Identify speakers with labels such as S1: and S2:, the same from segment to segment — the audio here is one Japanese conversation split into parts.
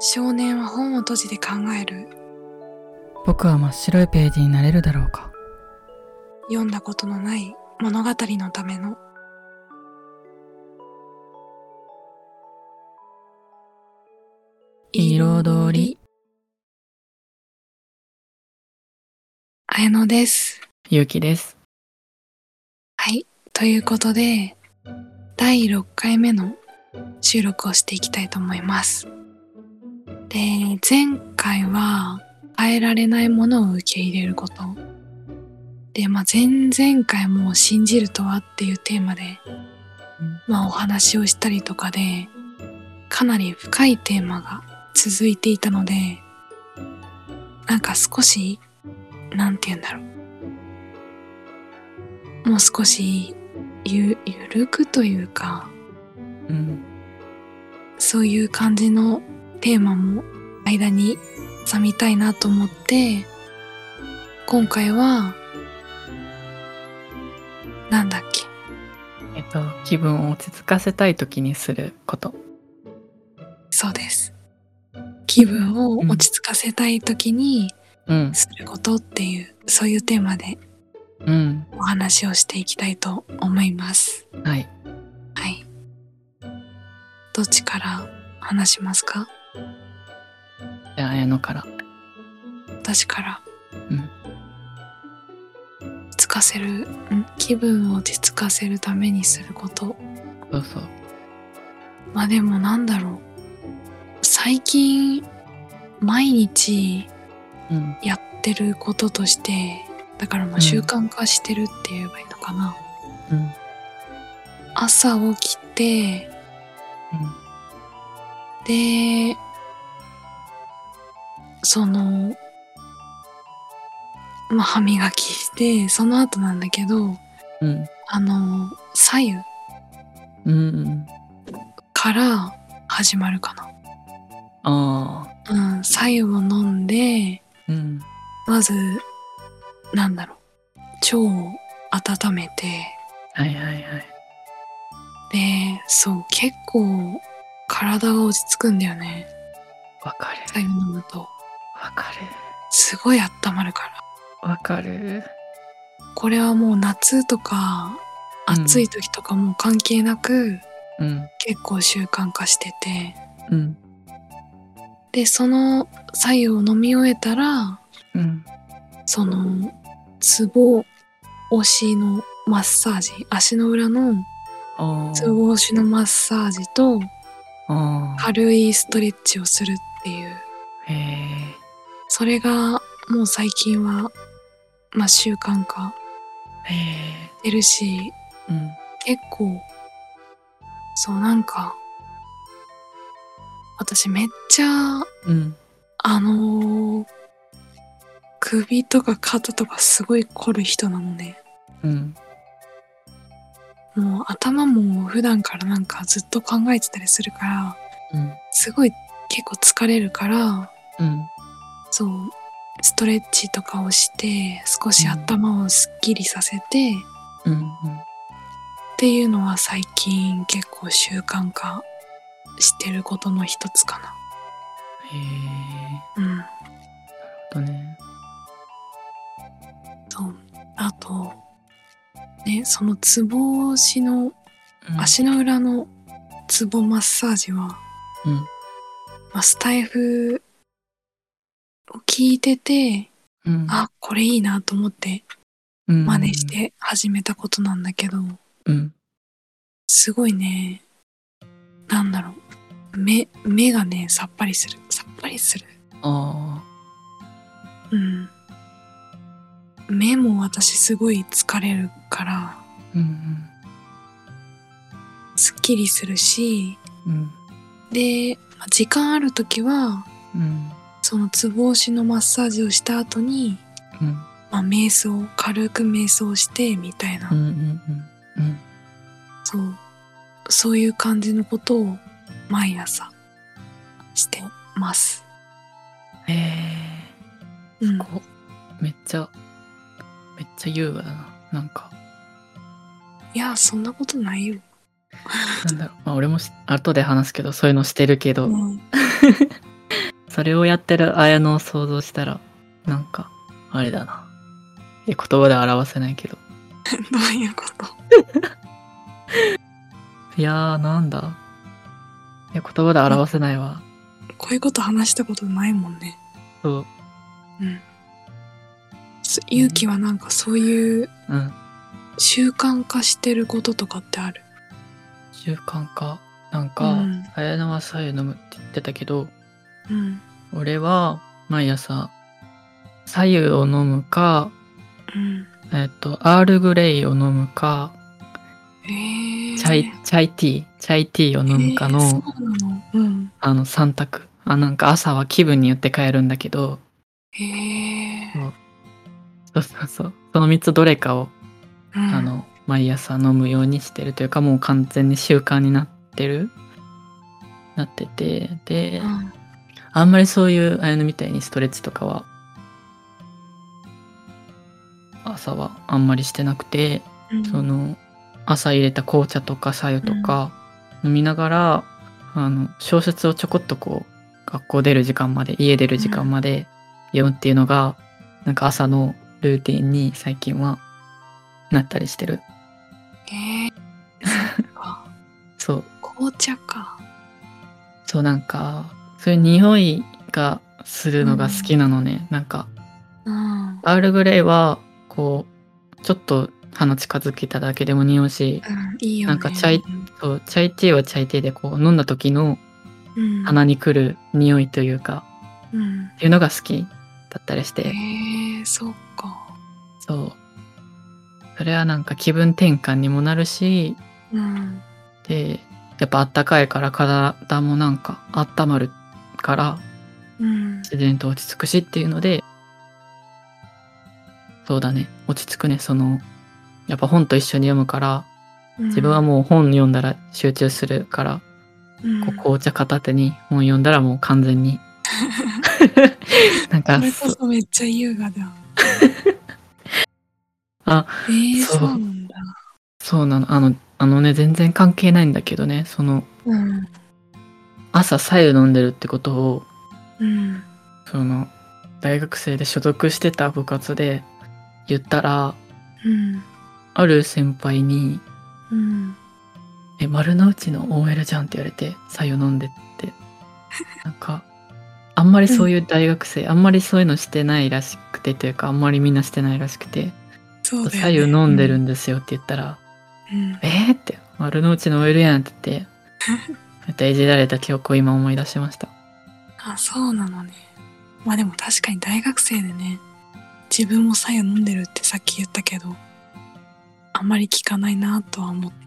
S1: 少年は本を閉じて考える。
S2: 僕は真っ白いページになれるだろうか。
S1: 読んだことのない物語のための。
S2: 彩り。
S1: 綾乃です。
S2: ゆうきです。
S1: はい。ということで、第6回目の収録をしていきたいと思います。で、前回は変えられないものを受け入れること。で、まあ、前々回も信じるとはっていうテーマで、まあ、お話をしたりとかで、かなり深いテーマが続いていたので、なんか少し、なんて言うんだろう。もう少しゆゆるくというか
S2: うん。
S1: そういう感じのテーマも間に挟みたいなと思って今回はなんだっけ
S2: えっと、気分を落ち着かせたい時にすること。
S1: そうです気分を落ち着かせたい時に
S2: うん。
S1: することっていうそういうテーマで
S2: うん。
S1: お話をしていきたいと思います
S2: はい。
S1: はいどっちから話しますか
S2: じゃあ、綾乃から。
S1: 私から。
S2: うん
S1: 落ち着かせる、ん気分を落ち着かせるためにすること。
S2: そうそう。
S1: まあでもなんだろう。最近、毎日
S2: うん。
S1: やってることとして、だからも
S2: ん
S1: う習慣化してるって言えばいいのかな。
S2: うん。
S1: 朝起きて、で、その、まあ歯磨きして、その後なんだけど、
S2: うん。うん。
S1: あの、左右
S2: うん。うん。
S1: から始まるかな。
S2: ああ。
S1: うん、白湯を飲んで、
S2: うん。
S1: まず、なんだろう、腸を温めて、
S2: はいはいはい。
S1: で、そう、結構、体が落ち着くんだよね。
S2: わかる。
S1: 白湯飲むと。
S2: わか
S1: すごい温まるから。
S2: る。わかる。
S1: これはもう夏とか、
S2: うん
S1: 暑い時とかもう関係なく、
S2: うん。
S1: 結構習慣化してて。
S2: うん。
S1: で、その白湯を飲み終えたら、
S2: うん。
S1: そのツボ押しのマッサージ足の裏の
S2: ああ。
S1: ツボ押しのマッサージと
S2: ああ。
S1: 軽いストレッチをするっていう
S2: へえ。
S1: それがもう最近は、まあ、習慣化
S2: へえ。
S1: してるし
S2: うん。
S1: 結構そうなんか私めっちゃ
S2: うん。
S1: あのー首とか肩とかすごい凝る人なので、
S2: うん。
S1: もう頭も普段からなんかずっと考えてたりするから、
S2: うん。
S1: すごい結構疲れるから、
S2: うん。
S1: そう、ストレッチとかをして、少し頭をすっきりさせて、っ
S2: うん。
S1: ていうのは最近結構習慣化してることの一つか
S2: へえ。
S1: な。うん。
S2: とね。
S1: そう。あと、ね、そのツボ押しの、足の裏のツボマッサージは、
S2: うん
S1: まあ、スタイフを聞いてて、
S2: うん、
S1: あ、これいいなと思って
S2: うん
S1: 真似し。て始めたことなんだけど、
S2: うん。
S1: すごいね、なんだろう、目、目がね、さっぱりする。さっぱりする。
S2: あ
S1: うん。目も私すごい疲れるから、
S2: あ。うん。
S1: すっきりするし、
S2: うん。
S1: で、まあ時間あるときは、
S2: うん。
S1: そのツボ押しのマッサージをした後に、
S2: うん。
S1: まあ、瞑想、軽く瞑想してみたいな、
S2: うん。うん。うん。
S1: そう、そういう感じのことを毎朝してます。
S2: へえ。
S1: うん、
S2: こめっちゃ、めっちゃ優雅だな。なんか、
S1: いや、そんなことないよ。
S2: なんだろう。まあ、俺もし後で話すけど、そういうのしてるけど、
S1: うん
S2: それをやってる綾乃を想像したら、なんか、あれだな。いや言葉で表せないけど。
S1: どういうこと
S2: いやー、なんだ。いや、言葉で表せないわ。
S1: こういうこと話したことないもんね。
S2: そう。
S1: うん。そ勇気はなんかそういう
S2: うん。
S1: 習慣化してることとかってある
S2: 習慣化。なんか、
S1: うん
S2: 綾乃は白湯飲むって言ってたけど、
S1: うん。
S2: 俺は、毎朝、白湯を飲むか、
S1: うん。
S2: えっと、アールグレイを飲むか、
S1: えー。
S2: チャイ、チャイティー、チャイティーを飲むかの、
S1: えーそうなのうん。
S2: あの3択あなんか朝は気分によって変えるんだけど
S1: えー。
S2: そうそうそうその3つどれかを、
S1: うん
S2: あ、の毎朝飲むようにしてるというかもう完全に習慣になってるなっててで
S1: うん
S2: あんまりそういうあやのみたいにストレッチとかは朝はあんまりしてなくて、
S1: うん
S2: その朝入れた紅茶とか白湯とか飲みながら、あの小説をちょこっとこう学校出る時間まで家出る時間まで読むっていうのが、なんか朝のルーティンに最近はなったりしてる
S1: えー。そっか
S2: そう
S1: 紅茶か。
S2: そうなんかそういう匂いがするのが好きなのね、なんか
S1: うん。
S2: アールグレイはこうちょっと鼻近づけただけでも匂うし
S1: うん、いいよね。
S2: なんかチャイそうチャイティーはチャイティーでこう飲んだ時の
S1: うん、
S2: 鼻に来る匂いというか
S1: うん。
S2: っていうのが好きだったりし
S1: え
S2: て
S1: ー、そっか。
S2: そうそれはなんか気分転換にもなるし
S1: うん。
S2: でやっぱあったかいから体もなんかあったまるから
S1: うん。
S2: 自然と落ち着くしっていうのでそうだね落ち着くねそのやっぱ本と一緒に読むから自分はもう本読んだら集中するから、
S1: うん、
S2: こう紅茶片手に本読んだらもう完全 に なんか
S1: それ
S2: そ
S1: こそめっちゃ優雅だ。
S2: あ、
S1: えー、
S2: そ
S1: そううなんだ。
S2: そうなの。あの、あのね、全然関係ないんだけどね、その、
S1: うん。
S2: 朝左右飲んでるってことを、
S1: うん。
S2: その、大学生で所属してた部活で言ったら、
S1: うん。
S2: ある先輩に、
S1: うん。
S2: え、丸の内の OL じゃんって言われて、左右飲んでって。なんか、あんまりそういう大学生、あんまりそういうのしてないらしくてというか、あんまりみんなしてないらしくて、
S1: そうだよ、ね。
S2: 左右飲んでるんですよって言ったら、
S1: うん。
S2: えー、って丸の内の OL やんって 言ってまたいじられた記憶を今思い出しました
S1: あ、そうなのね。まあでも確かに大学生でね、自分も左右飲んでるってさっき言ったけど、あんまり聞かないなとは思って。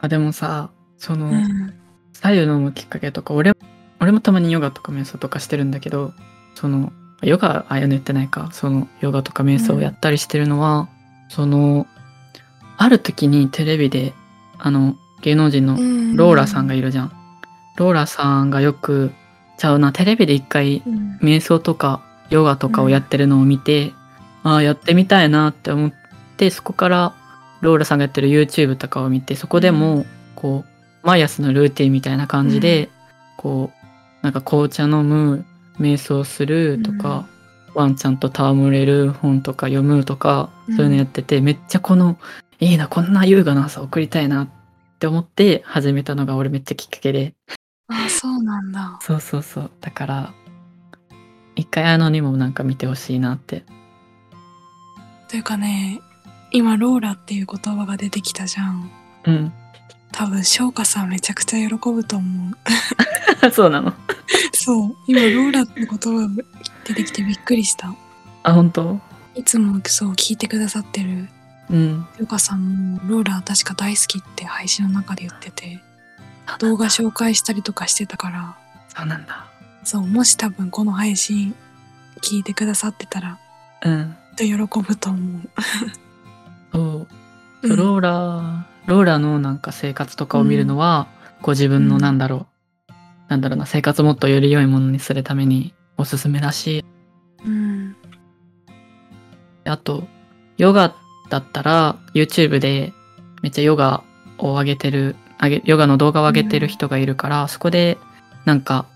S2: あでもさその、
S1: うん。
S2: 左右飲むきっかけとか俺俺もたまにヨガとか瞑想とかしてるんだけどそのヨガあやねってないかそのヨガとか瞑想をやったりしてるのは、そのある時にテレビであの芸能人の
S1: うん
S2: ローラさんがいるじゃん、ローラさんがよくちゃうなテレビで一回
S1: うん。
S2: 瞑想とかヨガとかをやってるのを見て、ああやってみたいなって思ってそこからローラさんがやってる YouTube とかを見てそこでもこう毎朝のルーティンみたいな感じで、こうなんか紅茶飲む瞑想するとか、ワンちゃんと戯れる本とか読むとか
S1: うん
S2: そういうのやってて、めっちゃこのいいなこんな優雅な朝送りたいなって思って始めたのが俺めっちゃきっかけで。
S1: あ、そうなんだ。
S2: そうそうそうだから一回あのにもなんか見てほしいなって
S1: というかね、今ローラっていう言葉が出てきたじゃん。
S2: うん
S1: 多分翔歌さんめちゃくちゃ喜ぶと思う。
S2: そうなの
S1: そう。今ローラって言葉が出てきてびっくりした。
S2: あ本当
S1: いつもそう聞いてくださってる
S2: うん
S1: 翔歌さんもローラ確か大好きって配信の中で言ってて、動画紹介したりとかしてたから、
S2: そうなんだ
S1: そう、もし多分この配信聞いてくださってたら、
S2: うん
S1: きっと喜ぶと思う。
S2: そう
S1: うん
S2: ローラローラのなんか生活とかを見るのは、こう自分のなんだろう、なんだろうな生活をもっとより良いものにするためにおすすめだし
S1: うん。
S2: あとヨガだったら YouTube でめっちゃヨガを上げてる上げヨガの動画を上げてる人がいるから、そこでなんか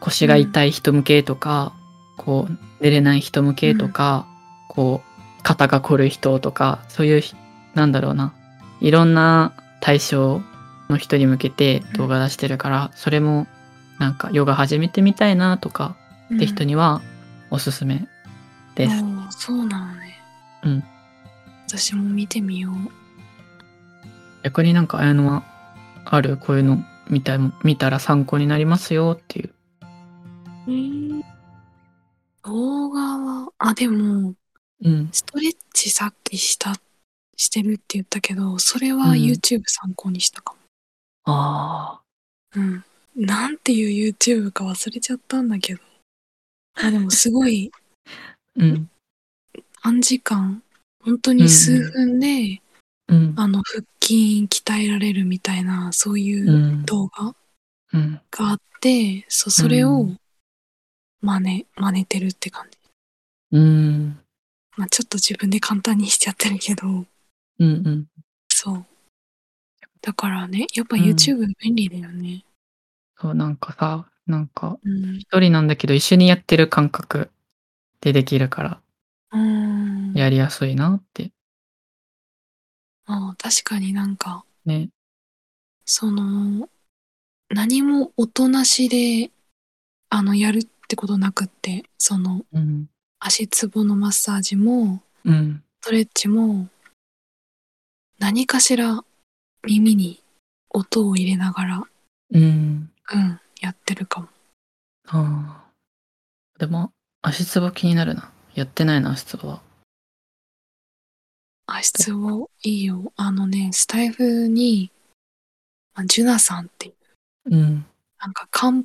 S2: 腰が痛い人向けとか、こう寝れない人向けとか、こう肩が凝る人とかそういうひなんだろうないろんな対象の人に向けて動画出してるから、それもなんかヨガ始めてみたいなとかって人にはおすすめです。
S1: うんおーそうなのね。
S2: うん。
S1: 私も見てみよう。
S2: 逆になんか綾乃はあるこういうの見たいも見たら参考になりますよっていう。
S1: 動画は、あ、でも、
S2: うん、
S1: ストレッチさっきした、してるって言ったけど、それ
S2: うん
S1: は YouTube 参考にしたかも。
S2: あ
S1: うん。なんていう YouTube か忘れちゃったんだけど。あ、でもすごい、
S2: あ、うん、
S1: 短時間、本当に数分で、
S2: うん、、
S1: あの、腹筋鍛えられるみたいな、そういううん動画
S2: うん、
S1: があって、そうそれ
S2: う
S1: を
S2: ん
S1: 真似、真似てるって感じ。
S2: うん、
S1: まあちょっと自分で簡単にしちゃってるけど、
S2: うん、うん。
S1: そう。だからね、やっぱ
S2: うん
S1: YouTube 便利だよね。
S2: そう、なんかさ、なんか、
S1: うん。
S2: 一人なんだけど一緒にやってる感覚でできるから、
S1: うん。
S2: やりやすいなって。
S1: ああ確かになんか、
S2: ね。
S1: その、何も音なしで、あの、やるってことなくって、その、
S2: うん、
S1: 足つぼのマッサージも、
S2: うん、
S1: ストレッチも、何かしら耳に音を入れながら、
S2: うん。
S1: うん、やってるかも。
S2: ああ。でも、足つぼ気になるな。やってないな、足つぼは。
S1: 足つぼいいよ。あのね、スタイフに、あジュナさんっていう、
S2: うん、
S1: なんか漢、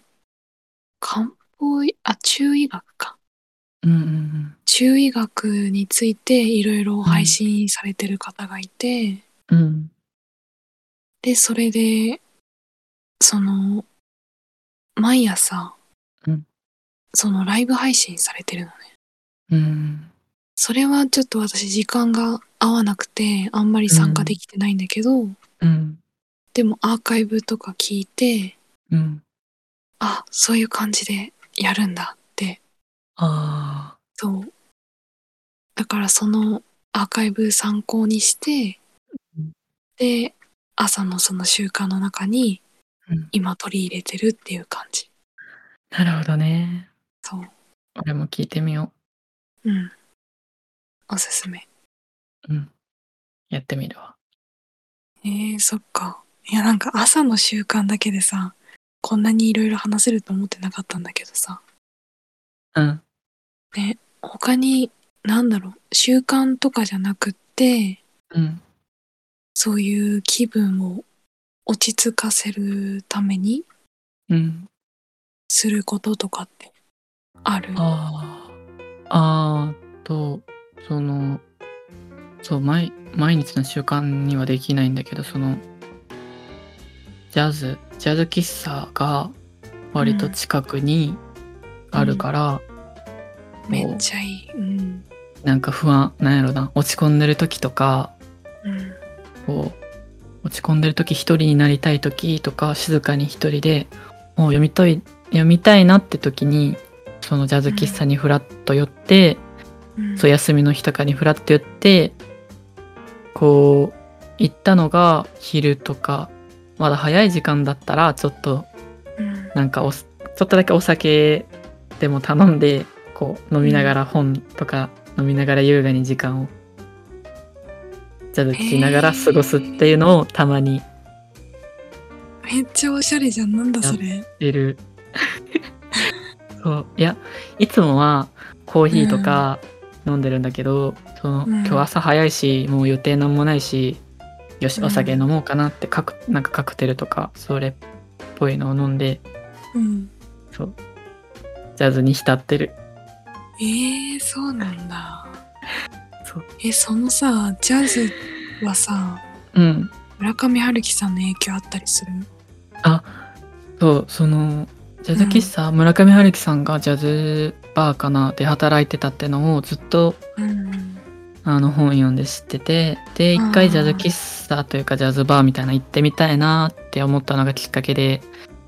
S1: 漢方医、あ、中医学か。
S2: うん、うん、
S1: 中医学についていろいろ配信されてる方がいて、
S2: うん、うん、
S1: で、それで、その、毎朝、
S2: うん
S1: そのライブ配信されてるのね。
S2: うん、
S1: それはちょっと私時間が合わなくて、あんまり参加できてないんだけど、
S2: うん、
S1: でもアーカイブとか聞いて、
S2: うん。
S1: あ、そういう感じでやるんだって、
S2: ああ。
S1: そう。だからそのアーカイブ参考にして
S2: うん、
S1: で、朝のその習慣の中に
S2: うん
S1: 今取り入れてるっていう感じ。
S2: なるほどね。
S1: そう。
S2: 俺も聞いてみよ
S1: うん。おすすめ。
S2: う。うん。やってみるわ。
S1: えー、そっか。いや、なんか朝の習慣だけでさ、こんなにいろいろ話せると思ってなかったんだけどさ、
S2: うん。
S1: 他に、なんだろう、習慣とかじゃなくって、
S2: うん。
S1: そういう気分を落ち着かせるために
S2: うん。
S1: することとかってある
S2: ああ。あーと、その、そう、毎、毎日の習慣にはできないんだけど、その、ジャズ、ジャズ喫茶が割と近くにあるから、
S1: めっちゃいい。うん。
S2: なんか不安、なんやろな、落ち込んでる時とか、
S1: うん。
S2: こう落ち込んでる時一人になりたい時とか静かに一人でもう読みたい読みたいなって時にそのジャズ喫茶にフラッと寄って、
S1: うん、
S2: そう休みの日とかにフラッと寄ってこう行ったのが昼とかまだ早い時間だったらちょっと
S1: うん。
S2: なんかおちょっとだけお酒でも頼んでこう飲みながら本とか飲みながら優雅に時間をジャズ聴きながら過ごすっていうのをたまに
S1: めっちゃおしゃれじゃん。なんだそれ。
S2: いるそういやいつもはコーヒーとか飲んでるんだけど、その
S1: うん
S2: 今日朝早いしもう予定なんもないしよし
S1: うん
S2: お酒飲もうかなってカクなんかカクテルとかそれっぽいのを飲んで
S1: うん。
S2: そうジャズに浸ってる
S1: えー、そうなんだ。
S2: そう
S1: え、そのさ、ジャズはさ、
S2: うん
S1: 村上春樹さんの影響あったりする
S2: そうそのジャズ喫茶、村上春樹さんがジャズバーかなで働いてたってのをずっと
S1: うん。
S2: あの本読んで知っててで一
S1: あ
S2: 回
S1: ー
S2: ジャズ喫茶というかジャズバーみたいな行ってみたいなって思ったのがきっかけで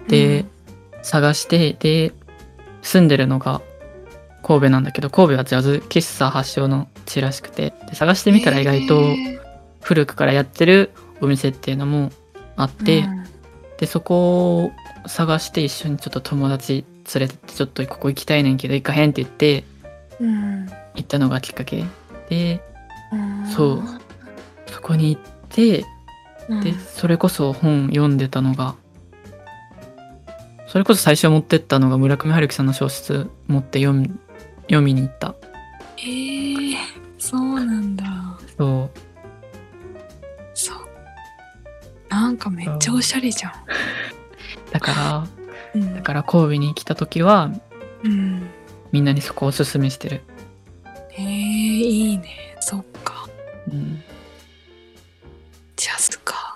S2: で、探してで住んでるのが神戸なんだけど神戸はジャズ喫茶発祥の地らしくてで探してみたら意外と
S1: へ
S2: 古くからやってるお店っていうのもあっ
S1: ー
S2: て、
S1: うん
S2: でそこを探して一緒にちょっと友達連れてってちょっとここ行きたいねんけど行かへんって言って
S1: うん
S2: 行ったのがきっかけで
S1: うん
S2: そうそこに行って
S1: うん
S2: でそれこそ本読んでたのがそれこそ最初持ってったのが村上春樹さんの小説持って読み読みに行った
S1: えー、そうなんだ
S2: そう
S1: そうなんかめっちゃおしゃれじゃん
S2: だか
S1: うん
S2: らだから神戸に来た時は
S1: うん
S2: みんなにそこをおすすめしてる、
S1: えー、いいねそっか
S2: うん、
S1: ジャズか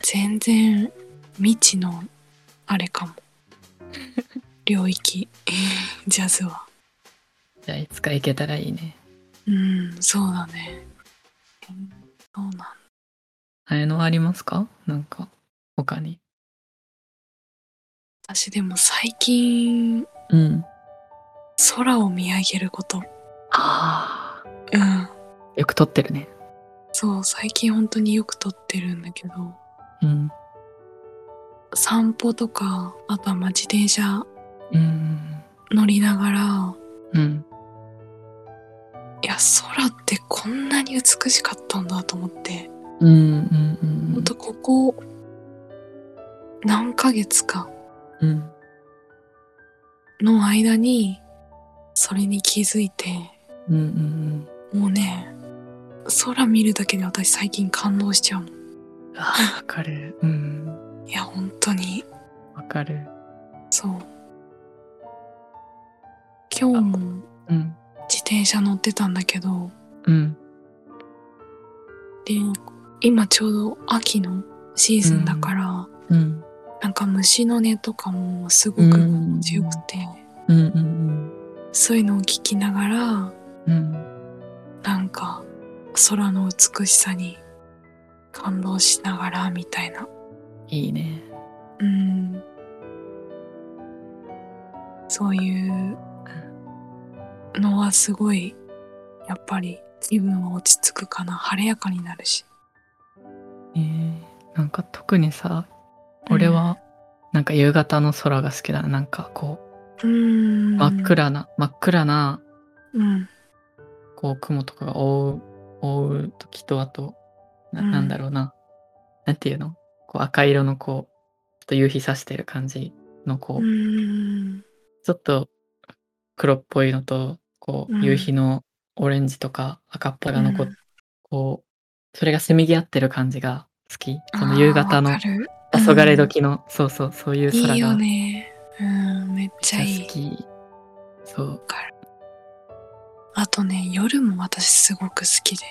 S1: 全然未知のあれ かも領域ジャズは
S2: じゃあいつか行けたらいいね
S1: うんそうだねそうなんだ
S2: あれのありますかなんか他に
S1: 私でも最近
S2: うん
S1: 空を見上げること
S2: ああ
S1: うん
S2: よく撮ってるね
S1: そう最近本当によく撮ってるんだけど
S2: うん
S1: 散歩とかあとはまあ自転車
S2: うん
S1: 乗りながら
S2: うん
S1: いや空ってこんなに美しかったんだと思って
S2: うんうんうん
S1: ほんとここ何ヶ月か
S2: うん
S1: の間にそれに気づいて
S2: うんうん
S1: もうね空見るだけで私最近感動しちゃうもん
S2: うんあーわかるうん
S1: いや本当に
S2: わかる
S1: そう今日も
S2: うん
S1: 自転車乗ってたんだけど
S2: うん
S1: で今ちょうど秋のシーズンだから、
S2: うん
S1: なんか虫の音とかもすごく心地よくて、
S2: うんうん
S1: そういうのを聞きながら
S2: うんうん
S1: なんか空の美しさに感動しながらみたいない
S2: いね
S1: うんそういうのはすごいやっぱり気分は落ち着くかな晴れやかになるし
S2: えーなんか特にさ俺はなんか夕方の空が好きだななんかこ
S1: うん
S2: う真っ暗な、真っ暗な
S1: うん
S2: こう雲とかが覆う覆う時とあとな
S1: うん
S2: なんだろうな、なんていうのこう赤色のこうちょっと夕日さしてる感じのこ
S1: う
S2: う、
S1: ん
S2: ちょっと黒っぽいのとこ
S1: うん
S2: う夕日のオレンジとか赤っぽいが残っ
S1: うん
S2: こうそれがせめぎ合ってる感じが好きそ
S1: あ
S2: の
S1: ー
S2: 夕方の
S1: わかる
S2: 黄昏時の、そうそうそういう空が
S1: いいよねうんめっちゃ
S2: め
S1: い
S2: っちゃ
S1: い
S2: 好きそう
S1: あとね夜も私すごく好きで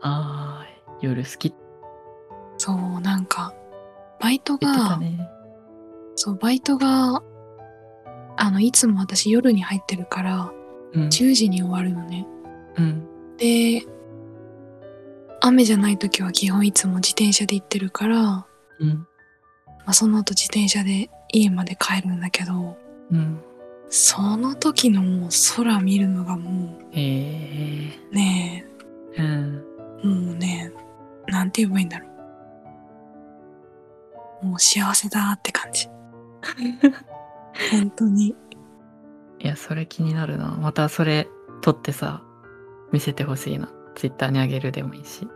S2: あー夜好きって
S1: そうなんかバイト
S2: 言って
S1: が、
S2: たね
S1: そうバイトがあのいつも私夜に入ってるから
S2: うん
S1: 10時に終わるのね
S2: うん
S1: で雨じゃない時は基本いつも自転車で行ってるから、ま
S2: うん
S1: あ、その後自転車で家まで帰るんだけど
S2: うん
S1: その時のもう空見るのがも
S2: え
S1: うね
S2: ー、うん
S1: えもうねなんて言えばいいんだろうもう幸せだって感 じ本当に
S2: いやそれ気になるなまたそれ撮ってさ見せてほしいなツイッターにあげるでもいいし
S1: い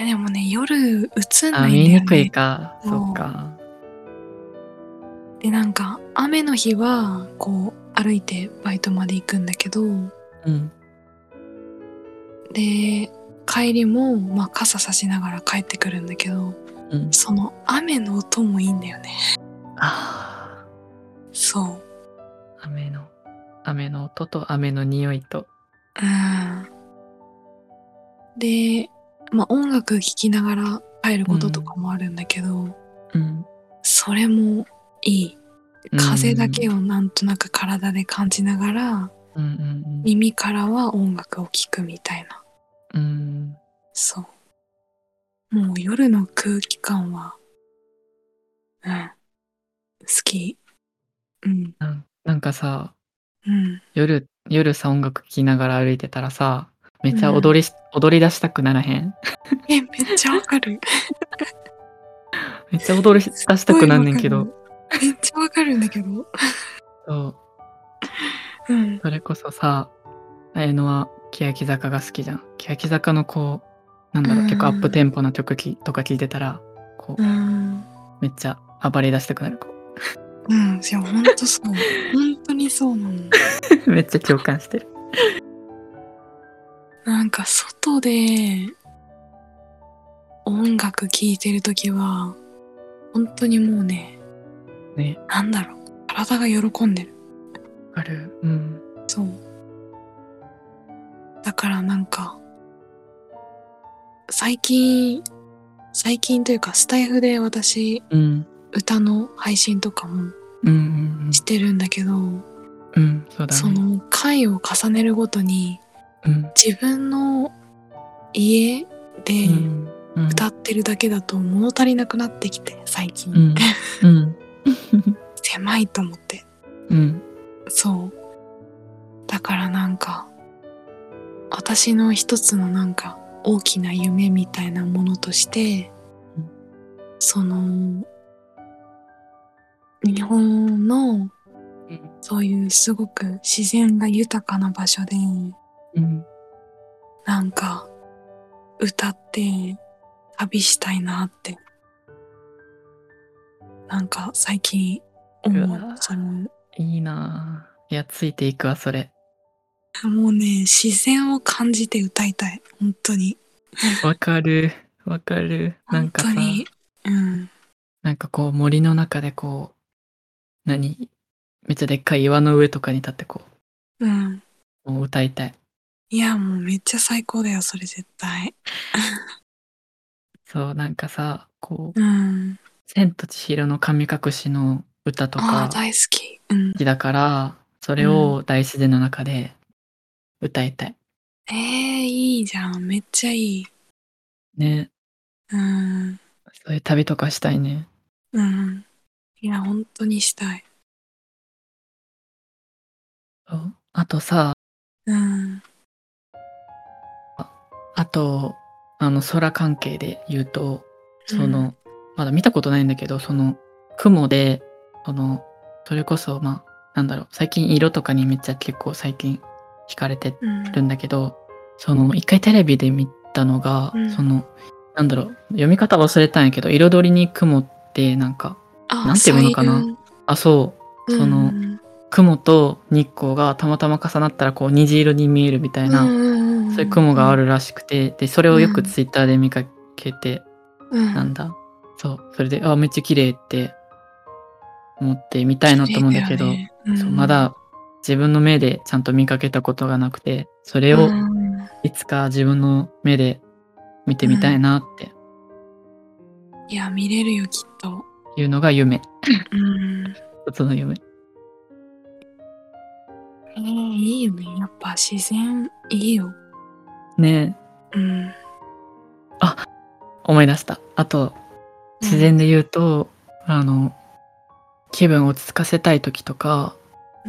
S1: やでもね夜映ん
S2: あ
S1: ないんだ
S2: 見
S1: よ、ね、
S2: にくいか
S1: うん
S2: そうか
S1: でなんか雨の日はこう歩いてバイトまで行くんだけど
S2: うん
S1: で帰りも、まあ、傘さしながら帰ってくるんだけど
S2: うん
S1: その雨の音もいいんだよね
S2: あ
S1: そう
S2: ー雨の雨の音と雨の匂いと
S1: うんで、まあ、音楽聴きながら帰ることとかもあるんだけど、
S2: うん
S1: それもいい風だけをなんとなく体で感じながら、
S2: うんうんうん
S1: 耳からは音楽を聴くみたいな
S2: うん
S1: そう。もう夜の空気感は、うん、好き。うん、
S2: なんなんかさ
S1: うん。
S2: 夜、夜さ、音楽聴きながら歩いてたらさ、めっちゃ踊りし、踊り出したくならへん
S1: え、めっちゃわかる。
S2: めっちゃ踊り出したくなんねんけど。
S1: めっちゃわかるんだけど。
S2: そう。
S1: うん。
S2: それこそさ、あやのは、欅坂が好きじゃん。欅坂のこう、なんだろう、
S1: うん
S2: 結構アップテンポな曲きとか聴いてたら、こう
S1: う、ん。
S2: めっちゃ暴れ出したくなる子。
S1: うん。いや、ほんとそう。本当にそうなの。
S2: めっちゃ共感してる。
S1: なんか外で音楽聴いてるときは、本当にもうね、
S2: ね、
S1: なんだろう、体が喜んでる。
S2: わかる。うん。
S1: そう。だからなんか、最近、最近というかスタイフで私
S2: うん。
S1: 歌の配信とかも
S2: うんうん
S1: してるんだけど、
S2: うん。うん、そうだね。
S1: その回を重ねるごとに
S2: うん。
S1: 自分の家で、
S2: うん。うん
S1: 歌ってるだけだと物足りなくなってきて最近、
S2: うんうん。
S1: 狭いと思って
S2: うん。
S1: そうだからなんか私の一つのなんか大きな夢みたいなものとして、
S2: うん
S1: その日本の
S2: うん
S1: そういうすごく自然が豊かな場所で
S2: うん。
S1: なんか歌って旅したいなってなんか最近思
S2: う
S1: う
S2: わ
S1: その
S2: いいなぁ。いや、ついていくわ、それ。
S1: もうね自然を感じて歌いたい本当に
S2: わかる。わかる。なん
S1: 本
S2: か
S1: 当
S2: さ、
S1: にうん
S2: なんかこう森の中でこう、何めっちゃでっかい岩の上とかに立ってこ
S1: うん
S2: う、もう歌いたい。
S1: いやもうめっちゃ最高だよそれ絶対
S2: そう、なんかさ、こう、
S1: うん
S2: 千と千尋の神隠しの歌と
S1: ああー
S2: か好
S1: 大好きうん
S2: きだから、それを大自然の中で歌いたい。
S1: えー、いいじゃんめっちゃいい
S2: ね。
S1: うん
S2: そういう旅とかしたいね。
S1: うんいや本当にしたい
S2: そうあとさ、
S1: うん
S2: あと、あの、空関係で言うと、その、まだ見たことないんだけど、その、雲で、その、それこそ、まあ、なんだろう、最近色とかにめっちゃ結構最近惹かれて
S1: うん
S2: るんだけど、その、一回テレビで見たのが、
S1: うん
S2: その、なんだろう、読み方忘れたんやけど、彩りに雲って、なんか、
S1: あ
S2: なんていうのかなあ、そう、
S1: 彩雲
S2: その
S1: うん
S2: 雲と日光がたまたま重なったら、こう、虹色に見えるみたいな、
S1: な
S2: そういう雲があるらしくて、で、それをよくツイッターで見かけて、な
S1: なん
S2: だ。そう。それで、あ、めっちゃ綺麗って思って見たいなと思うんだけど、そうまだ自分の目でちゃんと見かけたことがなくて、それをいつか自分の目で見てみたいなって
S1: いや見れるよきっと、
S2: いうのが夢。
S1: うん、
S2: 一つの夢。
S1: えーいいよねやっぱ自然いいよ、
S2: ねえ
S1: うん、
S2: 思い出した。あと、自然で言うと、あの、気分を落ち着かせたい時とか、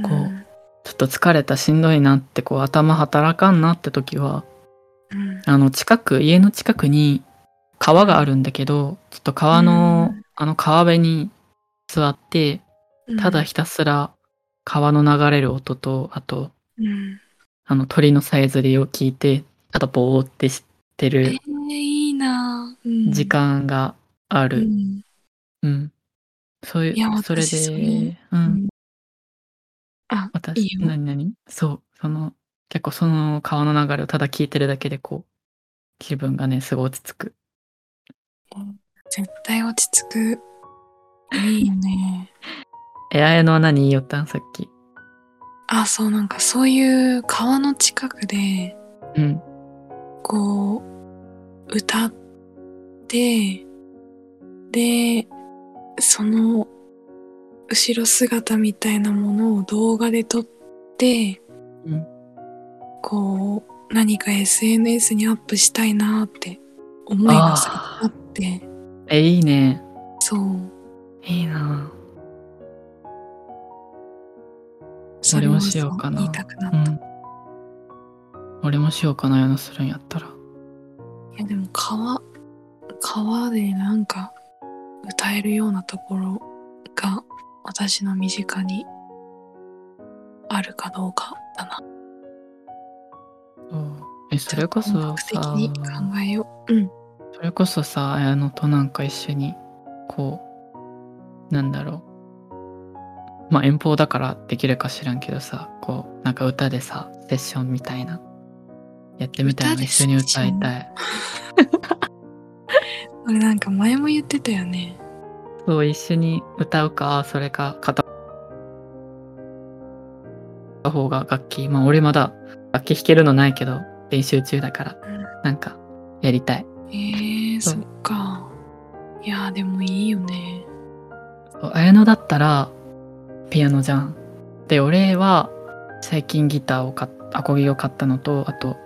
S2: こうちょっと疲れたしんどいなってこう頭働かんなって時は
S1: うん、うん
S2: あの近く家の近くに川があるんだけどちょっと川の、
S1: うん
S2: あの川辺に座って
S1: うん
S2: ただひたすら川の流れる音とあと
S1: うん
S2: あの鳥のさえずりを聞いてただぼーってして
S1: え
S2: る
S1: ーいいな、うん、
S2: 時間があ
S1: う
S2: る、
S1: ん、
S2: うんそういう
S1: いや
S2: それで
S1: 私それ
S2: うん、
S1: あ
S2: 私
S1: いいよ
S2: 何何そうその結構その川の流れをただ聞いてるだけでこう気分がねすごい落ち着く
S1: 絶対落ち着くいいよね
S2: えあやのは何言いよったんさっき
S1: あそうなんかそういう川の近くで
S2: うん
S1: こう歌ってでその後ろ姿みたいなものを動画で撮って、
S2: うん
S1: こう何か SNS にアップしたいなって思いが最近あって
S2: えいいね
S1: そう
S2: いいな
S1: それを
S2: 俺もしようかな
S1: 言いたくなっ
S2: う
S1: た、
S2: ん。俺もしようかなようなするんやったら。
S1: いやでも川川でなんか歌えるようなところが私の身近にあるかどうかだな
S2: そうえ、それこ
S1: ちょっと
S2: そ
S1: 本格
S2: さ
S1: 的、に考えよううん
S2: それこそさ、綾乃となんか一緒に、こう、なんだろう。まあ遠方だからできるか知らんけどさ、こう、なんか歌でさ、セッションみたいな。やってみたい
S1: 歌
S2: な、
S1: で
S2: 一緒に
S1: セッ
S2: 歌
S1: ショ
S2: い
S1: ン
S2: たい。
S1: これなんか前も言ってたよね
S2: そう、一緒に歌うか、それか、片方が楽器、まあ俺まだ楽器弾けるのないけど、練習中だから
S1: うん、
S2: なんか、やりたい。
S1: えー、
S2: そう
S1: そっかいやーでもいいよね
S2: そう綾乃だったらピアノじゃん。で俺は最近ギターを買っアコギを買ったのとあと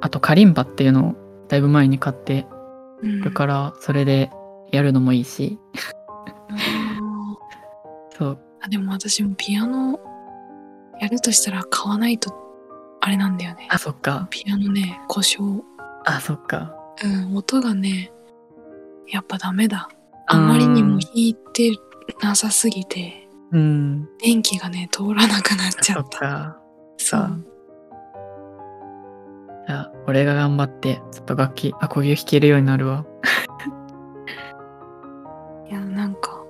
S2: あとカリンバっていうのをだいぶ前に買って
S1: うん
S2: るからそれでやるのもいいし、
S1: あー
S2: そう
S1: あでも私もピアノやるとしたら買わないとあれなんだよね
S2: あそっか
S1: ピアノね故障
S2: あそっか
S1: うん音がねやっぱダメだあまりにも弾いてなさすぎて
S2: うん
S1: 電気がね通らなくなっ
S2: あ
S1: ち
S2: そ
S1: ゃ
S2: っ
S1: った
S2: か
S1: そ
S2: か
S1: う
S2: じゃあ俺が頑張ってちょっと楽器アコギを弾けるようになるわ
S1: いやなんか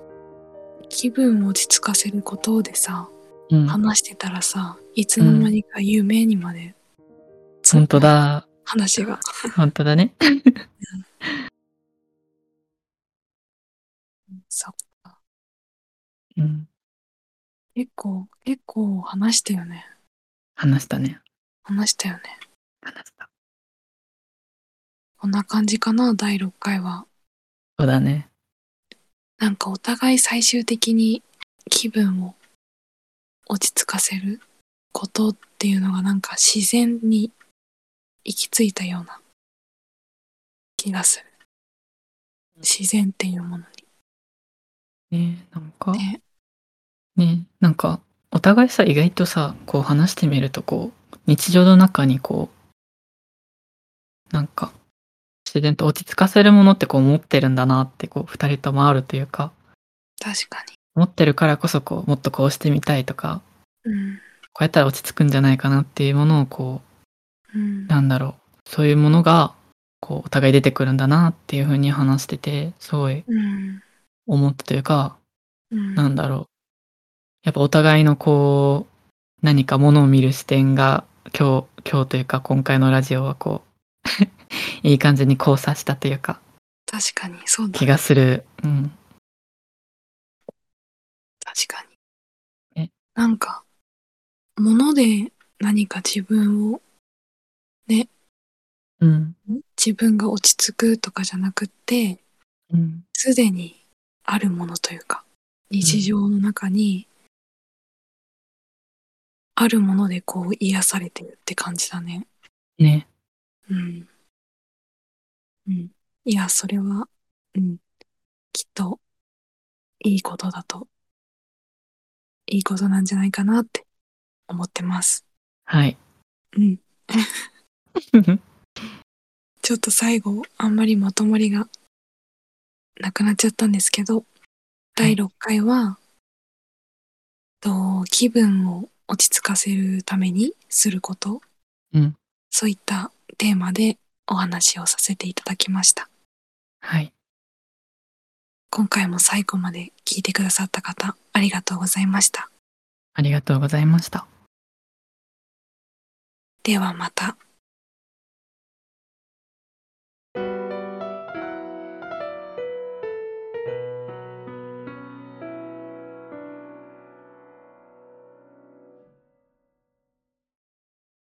S1: 気分を落ち着かせることでさ
S2: うん
S1: 話してたらさいつの間にか夢にまでつ
S2: 本当だ
S1: 話が
S2: 本当だね
S1: そう
S2: うん
S1: 結構結構話したよね
S2: 話したね
S1: 話したよね
S2: 話した
S1: こんな感じかな第6回は
S2: そうだね
S1: なんかお互い最終的に気分を落ち着かせることっていうのがなんか自然に行き着いたような気がする。自然っていうもの
S2: ねなんか、
S1: にね。
S2: ねなんかお互いさ意外とさこう話してみるとこう日常の中にこうなんか自然と落ち着かせるものってこう持ってるんだなってこう二人ともあるというか
S1: 確か
S2: 持ってるからこそこうもっとこうしてみたいとか
S1: に。うん。
S2: こうやったら落ち着くんじゃないかなっていうものをこ
S1: うん
S2: う。なんだろうそういうものがこうお互い出てくるんだなっていうふうに話しててすごい
S1: うん。
S2: 思ったというか
S1: うん。
S2: なんだろう。やっぱお互いのこう、何かものを見る視点が、今日、今日というか今回のラジオはこう、 いい感じに交差したというか、
S1: 確かに。そうだ。
S2: 気
S1: 確
S2: がする。うん。
S1: かに
S2: え。
S1: なんか、物で何か自分を、
S2: うん。
S1: 自分が落ち着くとかじゃなくって、
S2: うん。
S1: すでにあるものというか日常の中にあるものでこう癒されてるって感じだね。
S2: ね。
S1: うん。うん。いや、それは、うん。きっと、いいことだと、いいことなんじゃないかなって思ってます。
S2: はい。
S1: うん。ちょっと最後、あんまりまとまりがなくなっちゃったんですけど、第6回は、と気分を落ち着かせるためにすること、
S2: うん
S1: そういったテーマでお話をさせていただきました。
S2: はい。
S1: 今回も最後まで聞いてくださった方、ありがとうございました。
S2: ありがとうございました。
S1: ではまた。